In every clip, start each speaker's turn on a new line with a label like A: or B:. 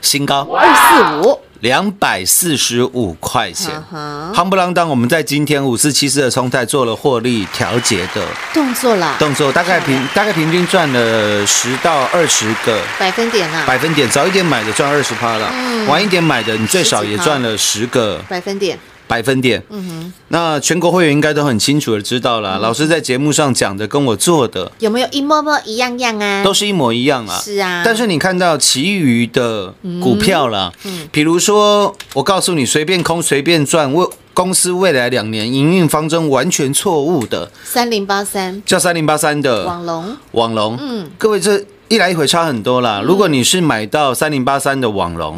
A: 新高，
B: 二四五，
A: 两百四十五块钱
B: 嗯，哼
A: 夯不啷当，我们在今天五四七四的冲泰做了获利调节的
B: 动作啦，
A: 动作，大概平大概平均赚了十到二十个
B: 百分点啊啦，
A: 百分点，早一点买的赚二十趴了，晚一点买的你最少也赚了十个
B: 百分点，
A: 百分点。嗯哼，嗯那全国会员应该都很清楚的知道了，老师在节目上讲的跟我做的
B: 有没有一摸摸一样样啊？
A: 都是一模一样啊。
B: 是啊
A: 但是你看到其余的股票啦，比如说我告诉你随便空随便赚，未公司未来两年营运方针完全错误的，
B: 三零八三，
A: 叫三零八三的
B: 网龙
A: 网龙，嗯，各位这一来一回差很多啦。如果你是买到三零八三的网龙，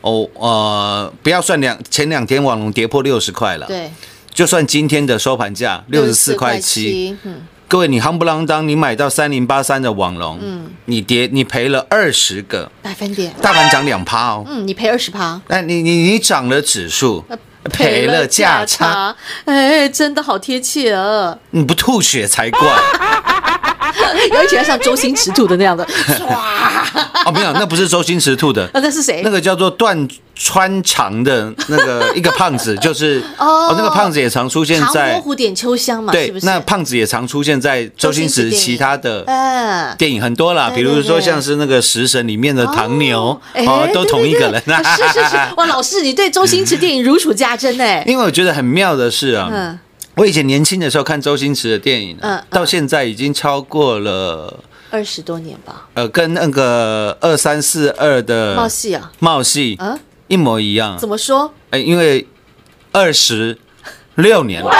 A: 哦呃，不要算两前两天网龙跌破六十块了，，
B: 对，
A: 就算今天的收盘价呃六十四块七，
B: 64.7，嗯，
A: 各位你夯不啷当，你买到三零八三的网龙，
B: 嗯
A: 你跌你赔了二十个，
B: 百分点，
A: 大盘涨两趴哦，
B: 嗯，你呃赔二十趴。
A: 那你你你涨了指数，呃赔了价差，，
B: 哎，真的好贴切啊！
A: 你不吐血才怪。
B: 尤其要像周星驰吐的那 样的，
A: 哦，没有，那不是周星驰吐的，
B: 啊，那是谁？
A: 那个叫做段穿肠的那个一个胖 子，就是
B: 哦
A: 那个胖子也常出现
B: 唐伯
A: 在
B: 虎点秋香嘛，
A: 对
B: 是不，是？
A: 那胖子也常出现在周星驰其他的。
B: 嗯。
A: 电影很多啦，
B: 对
A: 比如
B: 对
A: 说
B: 对
A: 像是那个《食神》里面的唐牛，
B: 哎
A: 哦，都同一个人
B: 对。对对 是是是，哇，老师，你对周星驰电影如数家珍哎。
A: 因为我觉得很妙的是啊
B: 嗯，
A: 我以前年轻的时候看周星驰的电影
B: 嗯
A: 啊
B: 嗯，
A: 到现在已经超过了
B: 二十多年吧，
A: 呃，跟那个二三四二的
B: 冒戏啊，
A: 茂系
B: 啊
A: 一模一样
B: 怎。么说？
A: 哎，因为二十六年了，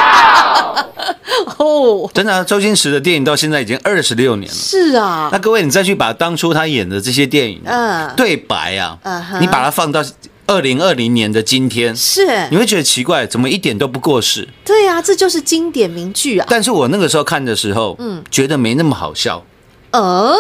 B: 哦，
A: 真的啊、周星驰的电影到现在已经二十六年了。
B: 是啊
A: 那，各位，你再去把当初他演的这些电影啊、
B: 嗯
A: 对白啊
B: 嗯哼
A: 你把它放到二零二零年的今天，
B: 是
A: 你，会觉得奇怪，怎么一点都不过时？
B: 对啊，这就是经典名句啊。
A: 但是我那个时候看的时候，嗯，觉得没那么好笑，
B: 嗯，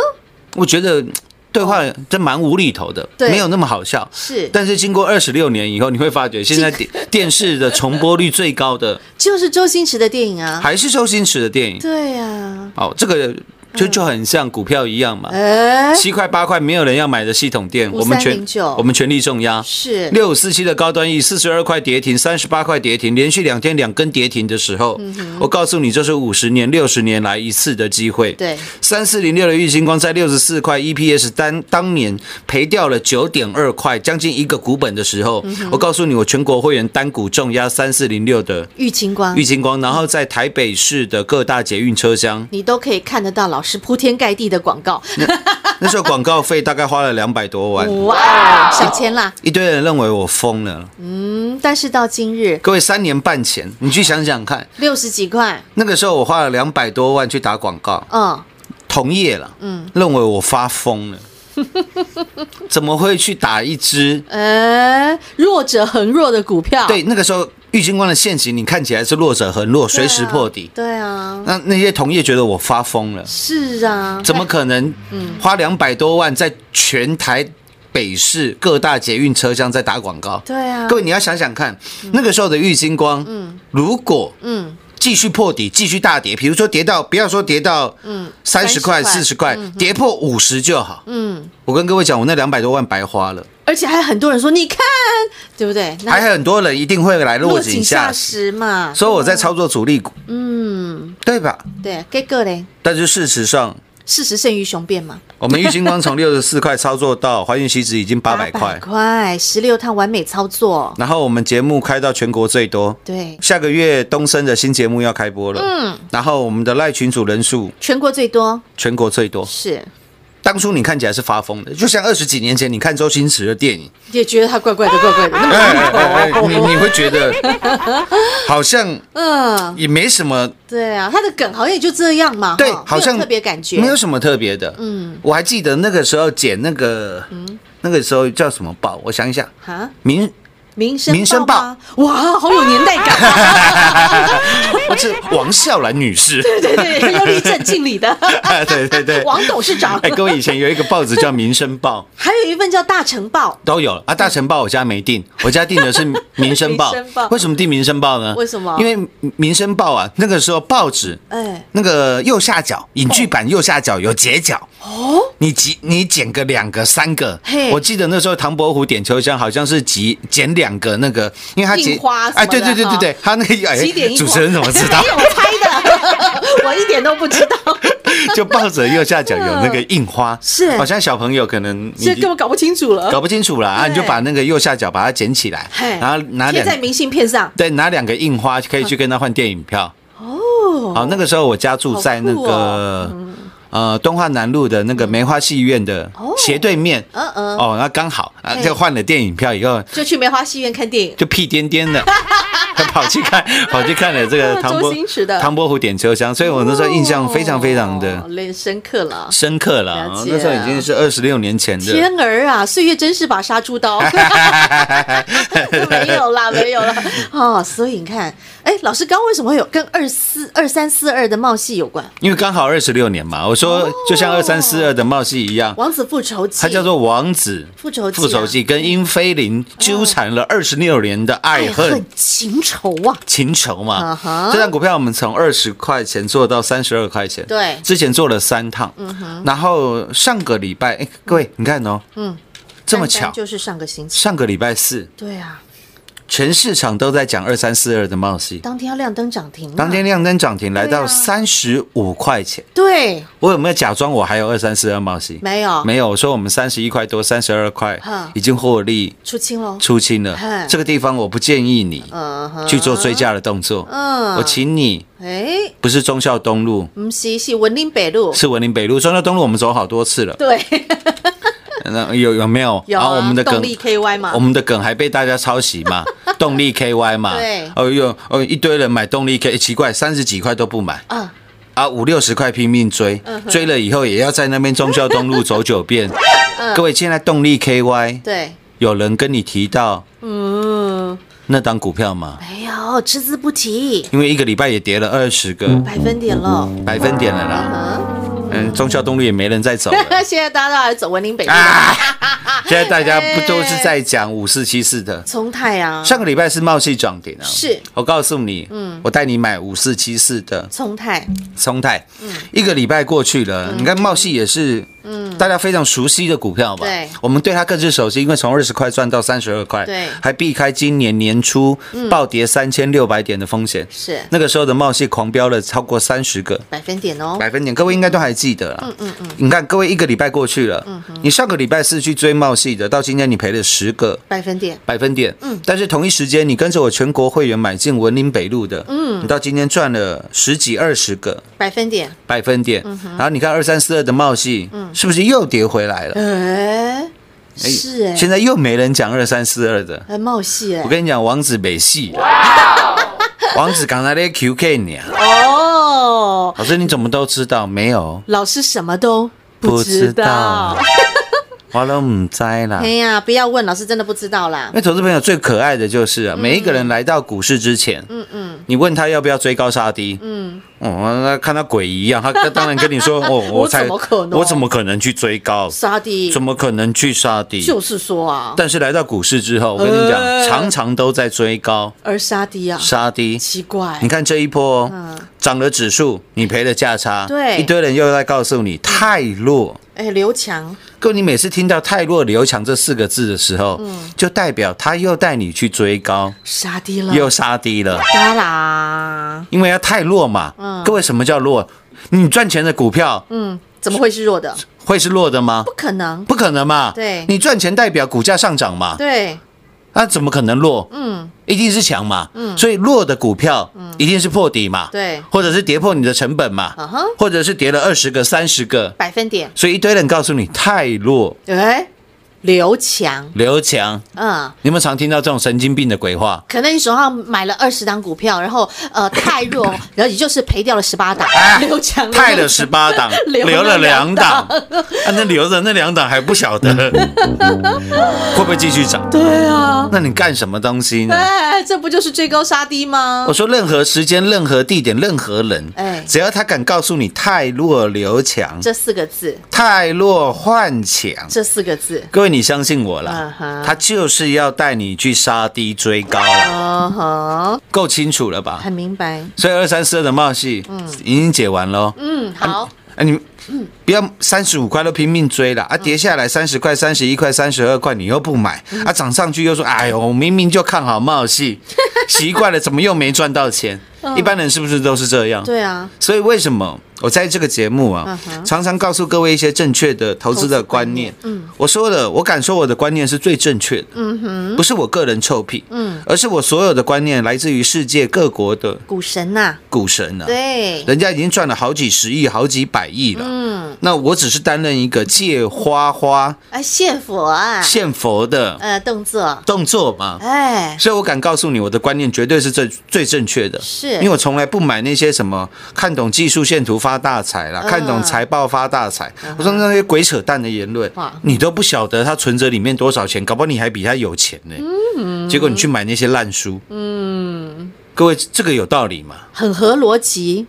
A: 我觉得。对话真蛮无厘头的，
B: 对
A: 没有那么好笑。
B: 是
A: 但是经过二十六年以后，你会发觉现在电电视的重播率最 高的
B: 就是周星驰的电影啊。
A: 还是周星驰的电影。
B: 对啊，
A: 哦，这个就就很像股票一样嘛，
B: 嗯哎，
A: 七块八块没有人要买的系统店，我们全
B: 5309
A: 我们全力重压。
B: 是
A: 六五四七的高端 E 四十二块跌停，三十八块跌停，连续两天两根跌停的时候，我告诉你，这是五十年、六十年来一次的机会。
B: 对，
A: 三四零六的玉金光在六十四块 EPS 当当年赔掉了九点二块，将近一个股本的时候，我告诉你，我全国会员单股重压三四零六的
B: 玉清光
A: 玉，金光，然后在台北市的各大捷运 车厢，
B: 你都可以看得到老师铺天盖地的广告。
A: 那时候广告费大概花了两百多万，
B: 哦哇，小钱啦。
A: 一堆人认为我疯了。
B: 嗯，但是到今日
A: 各位，三年半前，你去想想看，
B: 六十几块，
A: 那个时候我花了两百多万去打广告，
B: 嗯，
A: 同业了，嗯，认为我发疯了，怎么会去打一支？
B: 呃，弱者恒弱的股票，
A: 对，那个时候郁金光的陷阱，你看起来是弱者恒
B: 啊
A: 弱，随时破底。
B: 对啊，
A: 那那些同业觉得我发疯了，
B: 是啊，
A: 怎么可能？花两百多万在全台北市各大捷运车厢在打广告？
B: 对啊
A: 各？位你要想想看，那个时候的郁金光，嗯，如果
B: 嗯，
A: 继续破底，继续大跌，比如说跌到不要说跌到嗯三十块、四十块，跌破五十就好。嗯，我跟各位讲，我那两百多万白花了，
B: 而且还很多人说，你看，对不对？那
A: 还有很多人一定会来落
B: 落
A: 井
B: 井
A: 下
B: 下
A: 石，
B: 石嘛，
A: 所以我在操作主力股，
B: 嗯，
A: 对吧？
B: 对，给个嘞，
A: 但是事实上，
B: 事实胜于雄辩嘛，
A: 我们玉金光从六十四块操作到华运期指已经八百块，
B: 块十六趟完美操作，
A: 然后我们节目开到全国最多。
B: 对，
A: 下个月东升的新节目要开播了，嗯，然后我们的赖群主人数
B: 全国最多
A: 全国最多。
B: 是，
A: 当初你看起来是发疯的，就像二十几年前你看周星驰的 电影，
B: 也觉得他怪怪的，怪怪的，那么
A: 哎哎哎，你你会觉得好像
B: 嗯，
A: 也没什么，
B: 对啊，他的梗好像也就这样嘛，
A: 对，
B: 哈
A: 好
B: 没
A: 像
B: 有特别感觉，
A: 没有什么特别的。嗯，我还记得那个时候剪那个，
B: 嗯
A: 那个时候叫什么报？我想一下，
B: 啊。
A: 民
B: 民生
A: 民生
B: 吗哇，好有年代感、
A: 啊，是王笑兰女士，
B: 对对对，要立正敬礼的
A: 对对对，
B: 王董事长
A: 哎，，各位以前有一个报纸叫《民生报》，
B: 还有一份叫《大成报
A: 都有了啊。大成报我家 没订，我家订的是《民生报
B: 民生报》。
A: 为什么订《民生报》呢？
B: 为什么
A: 因为《民生报》啊，那个时候报纸，》，
B: 哎，
A: 那个右下角影剧版右下角有截角哦，你集你剪个两个三个
B: 嘿，
A: 我记得那时候唐伯虎点秋香好像是集剪两个那个，因为他
B: 印
A: 截
B: 花什么
A: 哎，对
B: 的
A: 对对对
B: 哈
A: 对，他那个哎
B: 几点一，
A: 主持人怎么知 道
B: 没？有我猜的， 我一点都不知道，
A: 就报纸右下角有那个印花，
B: 是
A: 好像小朋友可能你
B: 这根本搞不清楚
A: 搞
B: 了。
A: 不清楚了啊，
B: 对
A: 你就把那个右下角把它捡起来
B: 嘿，
A: 然后拿
B: 贴
A: 两
B: 在明信片上，
A: 对拿两个印花可以去跟他换电影票。
B: 哦，
A: 好，那个时候我家住在那
B: 好酷哦嗯
A: 个、呃东华南路的那个梅花戏院的斜对面。
B: 嗯嗯
A: 哦，那刚好啊，
B: 嘿
A: 就换了电影票以后，
B: 就去梅花戏院看电影，
A: 就屁颠颠的 跑去看，跑去看了这个
B: 哦
A: 唐伯
B: 周星驰的
A: 唐伯虎点秋香，所以我那时候印象非常非常
B: 哦
A: 的
B: 令人深刻了。
A: 深刻了啊。
B: 了解
A: 那时候已经是二十六年前的，
B: 天儿啊，岁月真是把杀猪刀， 没有啦，没有啦。哦，所以你看，哎，老师刚刚为什么会有跟二四二三四二的冒戏有关？
A: 因为刚好二十六年嘛。我说就像二三四二的
B: 哦
A: 茂戏一样，
B: 王子复仇记，
A: 它叫做王子
B: 复仇记啊嗯
A: 复仇记跟英菲林纠缠了二十六年的爱
B: 爱
A: 恨
B: 哎恨情仇愁啊。
A: 情仇
B: 嗯
A: 嘛
B: 哼。
A: 这张股票我们从二十块钱做到三十二块钱，
B: 对嗯
A: 之前做了三趟，然后上个礼拜，哎，各位你看哦，嗯，这么
B: 单单
A: 巧，
B: 就是上个星期。
A: 上个礼拜四，
B: 对啊，
A: 全市场都在讲二三四二的茂系，
B: 当天要亮灯涨停嘛。
A: 当天亮灯涨停来
B: 嗯对啊
A: 到三十五块钱。
B: 对，
A: 我有没有假装我还有二三四二茂系？
B: 没有
A: 没有。我说我们三十一块多、三十二块
B: 哼
A: 已经获利
B: 出清喽。
A: 出清
B: 哼
A: 了。这个地方我不建议你
B: 嗯哼
A: 去做追。加的动作。
B: 嗯
A: 我请你
B: 哎，
A: 不是忠孝东路，
B: 不是，是文林北路。
A: 是文林北路。忠孝东路我们走好多次了，
B: 对，
A: 那有有没有？
B: 有啊
A: 然后我们的
B: 动
A: 梗
B: 力 KY 嘛
A: 我们的梗还被大家抄袭 嘛？动力 KY 嘛？
B: 对
A: 哦有哦一堆人买动力 K，诶奇怪，三十几块都不买。
B: 嗯，
A: 啊，五六十块拼命追，追了以后也要在那边忠孝东路走九遍。各位，现在动力 KY
B: 嗯对，
A: 有人跟你提到
B: 嗯，
A: 那档股票吗？
B: 没有，只字不提，
A: 因为一个礼拜也跌了二十个
B: 百分点了。
A: 百分点了啦。
B: 嗯，
A: 嗯，忠孝东路也没人再走了。
B: 现在大家都来走文林北路，
A: 啊！现在大家不都是在讲五四七四的？
B: 从泰啊，
A: 上个礼拜是茂系涨停啊，
B: 是
A: 我告诉你，嗯，我带你买五四七四的
B: 从泰，
A: 松泰，一个礼拜过去了，你看茂系也是，嗯，大家非常熟悉的股票吧？
B: 对
A: 我们对它更是熟悉，因为从二十块赚到三十二块，
B: 对
A: 还避开今年年初暴跌三千六百点的风险，
B: 是
A: 那个时候的茂系狂飙了超过三十个，
B: 百分点哦，
A: 百分点，各位应该都还记得啦。嗯嗯嗯，你看，各位一个礼拜过去了，你上个礼拜四去追茂系的，到今天你赔了十个
B: 百分点
A: 百分点。嗯，但是同一时间你跟着我全国会员买进文林北路的，嗯，你到今天赚了十几二十个
B: 百分点，
A: 百分点。然后你看二三四二的茂系，是不是又跌回来了？
B: 哎，是哎，
A: 现在又没人讲二三四二的。
B: 很冒戏哎
A: 我，跟你讲，王子没戏了。王子刚才在 QK 你啊，
B: 哦，
A: 老师你怎么都知道没有？
B: 老师什么都不知道，，
A: 我都唔知啦
B: 哎。呀，不要问老师，真的不知道啦
A: 因，为投资朋友最可爱的就是
B: 嗯
A: 啊，每一个人来到股市之前，嗯嗯，你问他要不要追高杀低，嗯，哦，那看他鬼一样，他 他当然跟你说， 哦，
B: 我
A: 才
B: 怎么可能
A: 我怎么可能去追高，
B: 沙地
A: 怎么可能去杀低？
B: 就是说啊，
A: 但是来到股市之后，我跟你讲
B: 呃，
A: 常常都在追高
B: 而沙地啊，
A: 杀低。
B: 奇怪
A: 你，看这一波哦
B: 嗯，
A: 涨了指数，你赔了价差，
B: 对嗯
A: 一堆人又在告诉你太弱。
B: 哎，刘强
A: 各位，你每次听到“泰弱刘强”这四个字的时候，
B: 嗯
A: 就代表他又带你去追高，
B: 沙地了，
A: 又杀低了，
B: 哒啦，
A: 因为要太弱嘛。各位，什么叫弱？你赚钱的股票
B: 嗯，怎么会是弱的？
A: 会是弱的吗
B: 不？可能，
A: 不可能嘛。
B: 对
A: 你赚钱代表股价上涨嘛，
B: 对，
A: 那怎么可能弱？
B: 嗯，
A: 一定是强嘛。所以弱的股票一定是破底嘛，
B: 对
A: 或者是跌破你的成本
B: 啊
A: 嘛，
B: 哈，
A: 或者是跌了二十个、三十个。
B: 百分点，
A: 所以一堆人告诉你太弱，
B: 哎，刘强，
A: 刘强。
B: 嗯。
A: 你有没有常听到这种神经病的鬼话？
B: 可能你手上买了二十档股票，然后呃太 弱，然后也就是赔掉了十八档，刘强
A: 派哎了十八档，
B: 留了
A: 留了
B: 两
A: 两
B: 档
A: 档，啊，那留着那两档还不晓得会不会继续涨？
B: 对啊，
A: 那你干什么东西呢？
B: 哎，这不就是追高杀低吗
A: 嗯我？说，任何时间、任何地点、任何人
B: 哎，
A: 只要他敢告诉你太弱留强，
B: 这四个字，
A: 太弱换强，
B: 这四个字，
A: 各位你相信我啦
B: 嗯哼，
A: 他就是要带你去杀低追高啦，
B: 嗯哼，
A: 够清楚了吧？
B: 很明白。
A: 所以二三四二的冒戏，已经解完喽。
B: 嗯，好，
A: 哎，你不要三十五块都拼命追了啊！跌下来三十块、三十一块、三十二块，你又不买啊！涨上去又说：“哎呦，我明明就看好茂 系，奇怪了，怎么又没赚到钱？”一般人是不是都是这样？
B: 对啊，
A: 所以为什么我在这个节目啊，常常告诉各位一些正确的投资的观念？嗯，我说了，我敢说我的观念是最正确的。嗯哼，不是我个人臭屁，嗯，而是我所有的观念来自于世界各国的
B: 股神呐，
A: 股神啊。
B: 对，
A: 人家已经赚了好几十亿、好几百亿了。嗯，那我只是担任一个借花花
B: 啊，谢佛啊，
A: 献佛的
B: 呃，动作，
A: 动作嘛。
B: 哎，
A: 所以我敢告诉你，我的观念绝对是最最正确的。
B: 是
A: 因为我从来不买那些什么看懂技术线图发大财啦，
B: 嗯
A: 看懂财报发大财。我说那些鬼扯淡的言论
B: 啊哇，
A: 你都不晓得他存折里面多少钱，搞不好你还比他有钱呢。
B: 嗯
A: 结果你去买那些烂书，嗯，各位这个有道理吗？
B: 很合逻辑，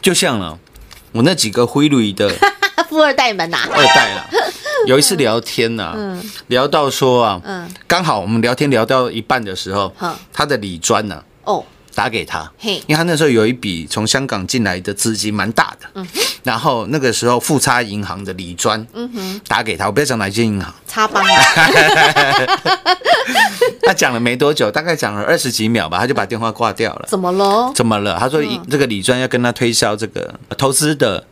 A: 就像了我那几个灰绿的
B: 啊富二代们呐、
A: 二代 啦。有一次聊天呐、聊到说啊，
B: 嗯
A: 刚好我们聊天聊到一半的时候
B: 好，
A: 他的理专呢、
B: 哦，
A: 打给他，
B: 嘿
A: 因为他那时候有一笔从香港进来的资金蛮大
B: 嗯
A: 的，然后那个时候富差银行的理专，
B: 嗯
A: 打给他，我不要讲哪一间银行，
B: 插帮 啊，
A: 他讲了没多久，大概讲了二十几秒吧，他就把电话挂掉了。
B: 怎么喽？
A: 怎么了？他说
B: 嗯
A: 这个李专要跟他推销这个投资的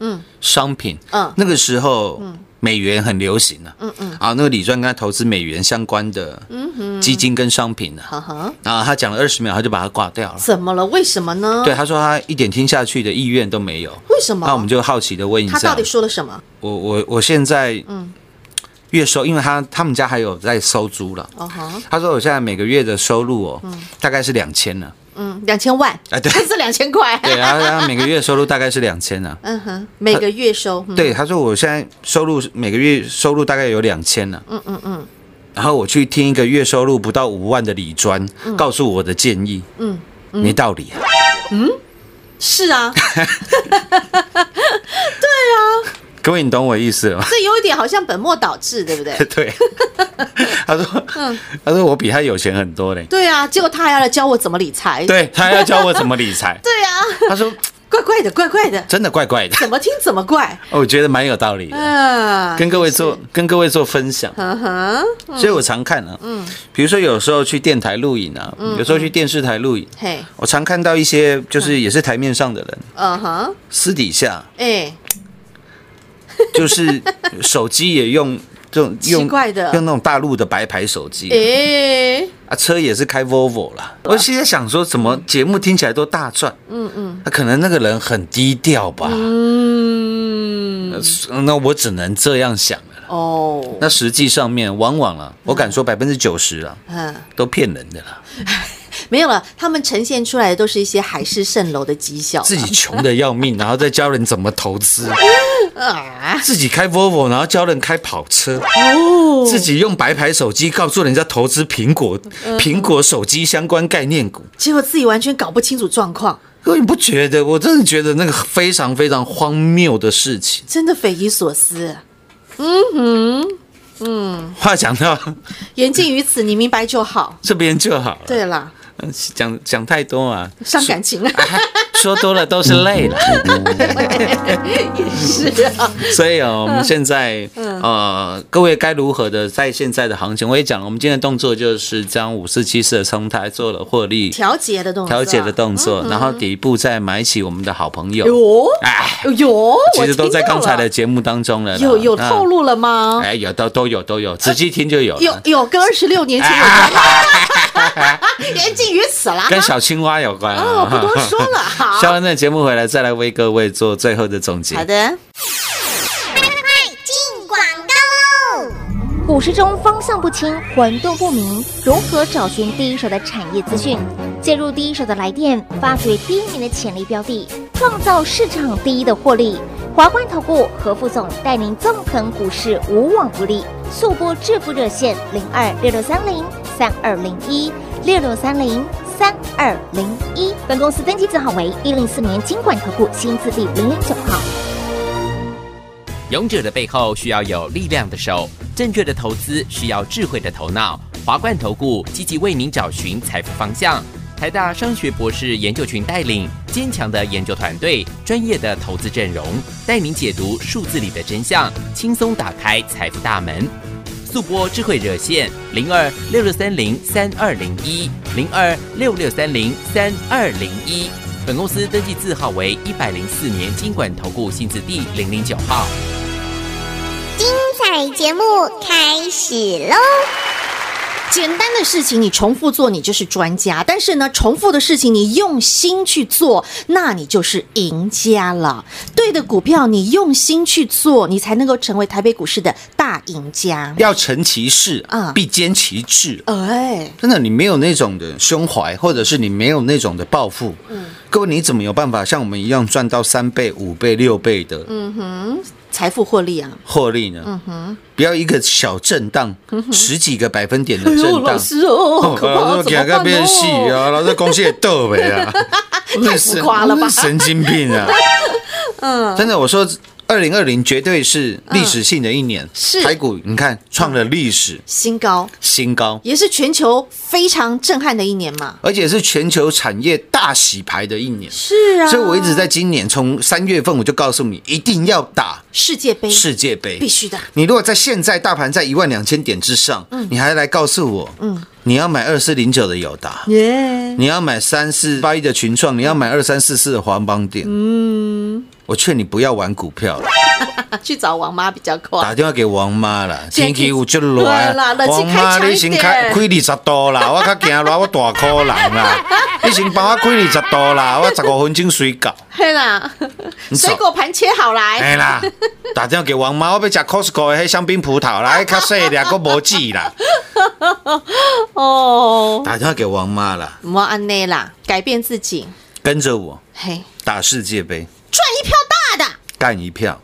A: 商品，
B: 嗯
A: 那个时候美元很流行啊，嗯嗯，啊，那个李专跟他投资美元相关的
B: 嗯
A: 基金跟商品呢、啊，
B: 呵呵，
A: 啊，他讲了二十秒，他就把它挂掉了。
B: 怎么了？为什么呢？
A: 对，，他说他一点听下去的意愿都没有，
B: 为什么
A: 啊那我们就好奇的问一
B: 他
A: 下
B: 到底，说了什么？
A: 我我我现在嗯月收，因为他他们家还有在收租了，
B: 哦嗯哈，
A: 他说我现在每个月的收入哦，大概是两千了，
B: 嗯，两千万，
A: 哎对
B: 还是两千块？
A: 对，然后他每个月收入大概是两千啊，
B: 嗯哼，每个月收，嗯，
A: 对，他说我现在收入每个月收入大概有两千了，嗯嗯嗯。然后我去听一个月收入不到五万的理专、告诉我的建议，嗯，没道理啊，
B: 是 啊，
A: 各位你懂我意思了吗？
B: 这有一点好像本末倒置，对不对？
A: 对， 他说，他说我比他有钱很多嘞，
B: 对啊，结果他还要来教我怎么理财，，
A: 对他要教我怎么理财
B: 对啊，
A: 他说
B: 怪怪的，怪怪的，
A: 真的怪怪 的，
B: 怎么听怎么怪，
A: 我觉得蛮有道理的，
B: 嗯，
A: 跟各位做跟各位做分享，
B: 嗯哼，
A: 所以我常看啊，嗯，比如说有时候去电台录影啊，有时候去电视台录影，
B: 嗯嘿，
A: 我常看到一些就是也是台面上的人，
B: 嗯哼，
A: 私底下
B: 哎，
A: 就是手机也用这种
B: 奇
A: 用
B: 怪的
A: 用那种大陆的白牌手机
B: 哎，
A: 啊，车也是开 Volvo 啦。我现在想说，怎么节目听起来都大赚？嗯嗯，可能那个人很低调吧。
B: 嗯，
A: 呃那我只能这样想了啦。
B: 哦，
A: 那实际上面，往往啊，我敢说百分之九十啊，
B: 嗯。
A: 都骗人的啦，
B: 没有了，他们呈现出来的都是一些海市蜃楼的绩效
A: 自己穷的要 命，然后再教人怎么投资，
B: 啊！
A: 自己开 Volvo，然后教人开跑车。
B: 哦，
A: 自己用白牌手机告诉人家投资苹果、
B: 嗯
A: 苹果手机相关概念股，
B: 结果自己完全搞不清楚状况，
A: 各位你不觉得？我真的觉得那个非常非常荒谬的事情。
B: 真的匪夷所思。
A: 话讲到
B: 言尽于此，你明白就好。
A: 这边就好了，
B: 对啦，
A: 嗯讲讲太多 啊，
B: 伤感情了，
A: 说多了都是泪了。
B: 也是啊。
A: 所以 哦，我们现在
B: 嗯
A: 呃，各位该如何的在现在的行情，我也讲了，我们今天的动作就是将五四七四的冲台做了获利
B: 调嗯节的动作，
A: 调节的动作，然后底部再买起我们的好朋友。
B: 哟
A: 哎。
B: 有，
A: 其实都在刚才
B: 嗯
A: 的
B: 我
A: 节目当中了啦，
B: 听到了有有
A: 啊
B: 透，露了吗？
A: 哎，有都都有都有，仔细听就有
B: 有啊
A: 了，
B: 有跟二十六年前有关 啦，言尽于此啦。
A: 跟小青蛙有关啊
B: 哦，不多说 了，。好，
A: 下完这节目回来再来为各位做最后的总结
B: 好。的。
C: 股市中方向不清、混沌不明，如何找寻第一手的产业资讯？介入第一手的来电，发掘第一名的潜力标的，创造市场第一的获利。华冠投顾何副总带领纵横股市，无往不利。速播致富热线零二六六三零三二零一六六三零三二零一。本公司登记字号为一零四年经管投顾新字第零零九号。
D: 勇者的背后需要有力量的手，正确的投资需要智慧的头脑。华冠投顾积极为您找寻财富方向。台大商学博士研究群带领坚强的研究团队，专业的投资阵容，带您解读数字里的真相，轻松打开财富大门。速播智慧热线零二六六三零三二零一零二六六三零三二零一。本公司登记字号为一百零四年经管投顾新字第零零九号。
E: 彩节目开始喽！
B: 简单的事情你重复做，你就是专家；但是呢，重复的事情你用心去做，那你就是赢家了。对的股票，你用心去做，你才能够成为台北股市的大赢家。
A: 要成其事
B: 嗯，
A: 必兼其志。
B: 哎，
A: 真的，你没有那种的胸怀，或者是你没有那种的抱负，
B: 嗯
A: 各位你怎么有办法像我们一样赚到三倍、五倍、六倍的
B: 嗯财富获利啊！
A: 获利呢？不要一个小震荡，
B: 嗯
A: 十几个百分点
C: 哎
A: 的震荡，
B: 哦好
A: 老师讲到变细 啊，老师公司也逗呗啊，
B: 太浮夸了吧
A: 神经病啊！嗯，真的，我说二零二零绝对是历史性的一年，
C: 是
A: 台股你看创了历史
C: 新高
A: 新高，
B: 嗯
C: 也是全球非常震撼的一年嘛。
A: 而且是全球产业大洗牌的一年。
C: 是啊，
A: 所以我一直在今年从三月份我就告诉你，一定要打
C: 世界杯
A: 世界杯，
C: 必须的。
A: 你如果在现在大盘在一万两千点之上，
C: 嗯
A: 你还来告诉我，嗯，你要买二四零九的友达，
C: 耶，
A: 你要买三四八一的群创，你要买二三四四的华邦店，嗯，我劝你不要玩股票了，
C: 去找王妈比较快。
A: 打电话给王妈了，
C: 现在
A: 天气有就热，
C: 对啦冷气
A: 王
C: 开
A: 妈
C: 强一
A: 你先开
C: 点
A: 开二十度啦，我较惊热，我大可人啦，你先帮我开二十度啦，我十五分钟睡觉。
C: 嘿啦，
A: 你找
C: 水果盘切好来。
A: 哎啦，打电话给王妈，我要食 Costco 的黑香槟葡萄啦，还较细俩，还无籽啦。
C: 哦，
A: 打电话给王妈啦，
C: 莫安内啦，改变自己，
A: 跟着我
C: 嘿，
A: 打世界杯，
C: 赚一票大的，
A: 干一票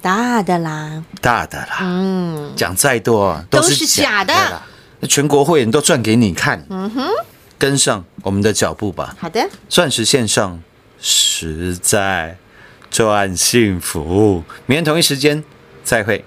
C: 大的啦。
A: 大的啦。
C: 嗯，
A: 讲再多啊
C: 都
A: 都是
C: 是
A: 假的
C: 假的
A: 啦。那全国会员都赚给你看。嗯哼，跟上我们的脚步吧，
C: 好的，
A: 钻石线上实在赚幸福。明天同一时间再会。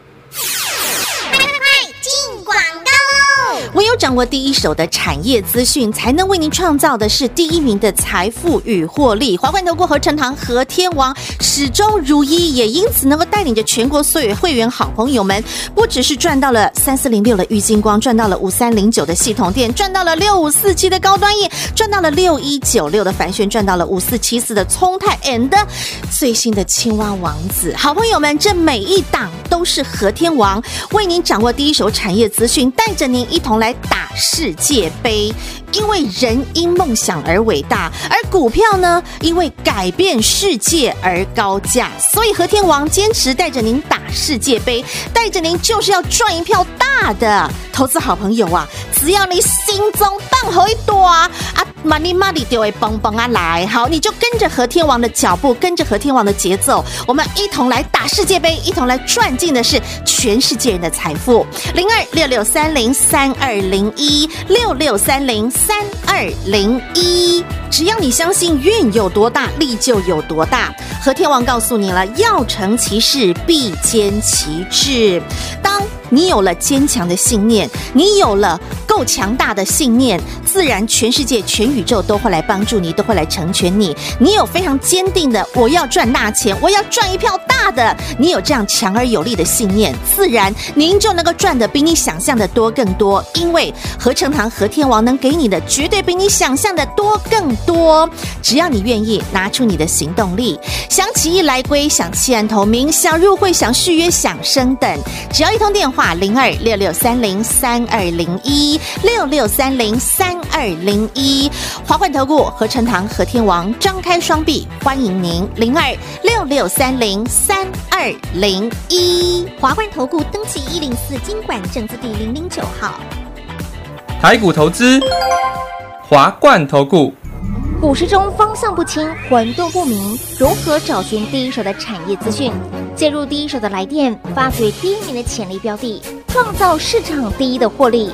F: 进广告喽！
C: 唯有掌握第一手的产业资讯，才能为您创造的是第一名的财富与获利。华冠投顾和成堂和天王始终如一，也因此能够带领着全国所有会员好朋友们，不只是赚到了三四零六的郁金光，赚到了五三零九的系统店，赚到了六五四七的高端 E，赚到了六一九六的凡轩，赚到了五四七四的聪泰，and 最新的青蛙王子。好朋友们，这每一档都是和天王为您掌握第一手产业资讯，带着您一同来打世界杯。因为人因梦想而伟大，而股票呢，因为改变世界而高价。所以和天王坚持带着您打世界杯，带着您就是要赚一票大的。投资好朋友啊，只要你心中荡回一朵啊啊，money money 就会蹦蹦啊来。好，你就跟着和天王的脚步，跟着和天王的节奏，我们一同来打世界杯，一同来赚进的是全世界人的财富。零二六六三零三二零一六六三零三二零一。只要你相信运有多大，力就有多大。和天王告诉你了，要成其事，必先其志。当你有了坚强的信念，你有了够强大的信念，自然全世界、全宇宙都会来帮助你，都会来成全你。你有非常坚定的我要赚大钱，我要赚一票大的，你有这样强而有力的信念，自然您就能够赚的比你想象的多更多。因为合成堂和天王能给你的绝对比你想象的多更多。只要你愿意拿出你的行动力，想起一来归，想弃暗投明，想入会，想续约，想升等，只要一通电话零二六六三零三二零一六六三零三二零一，华冠投顾合成堂和天王张开双臂欢迎您零二六六三零三二零一。
B: 华冠投顾登记一零四经管证字第零零九号。
D: 台股投资，华冠投顾，
B: 股市中方向不清、混沌不明，如何找寻第一手的产业资讯？介入第一手的来电，发掘第一名的潜力标的，创造市场第一的获利。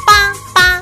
C: 八八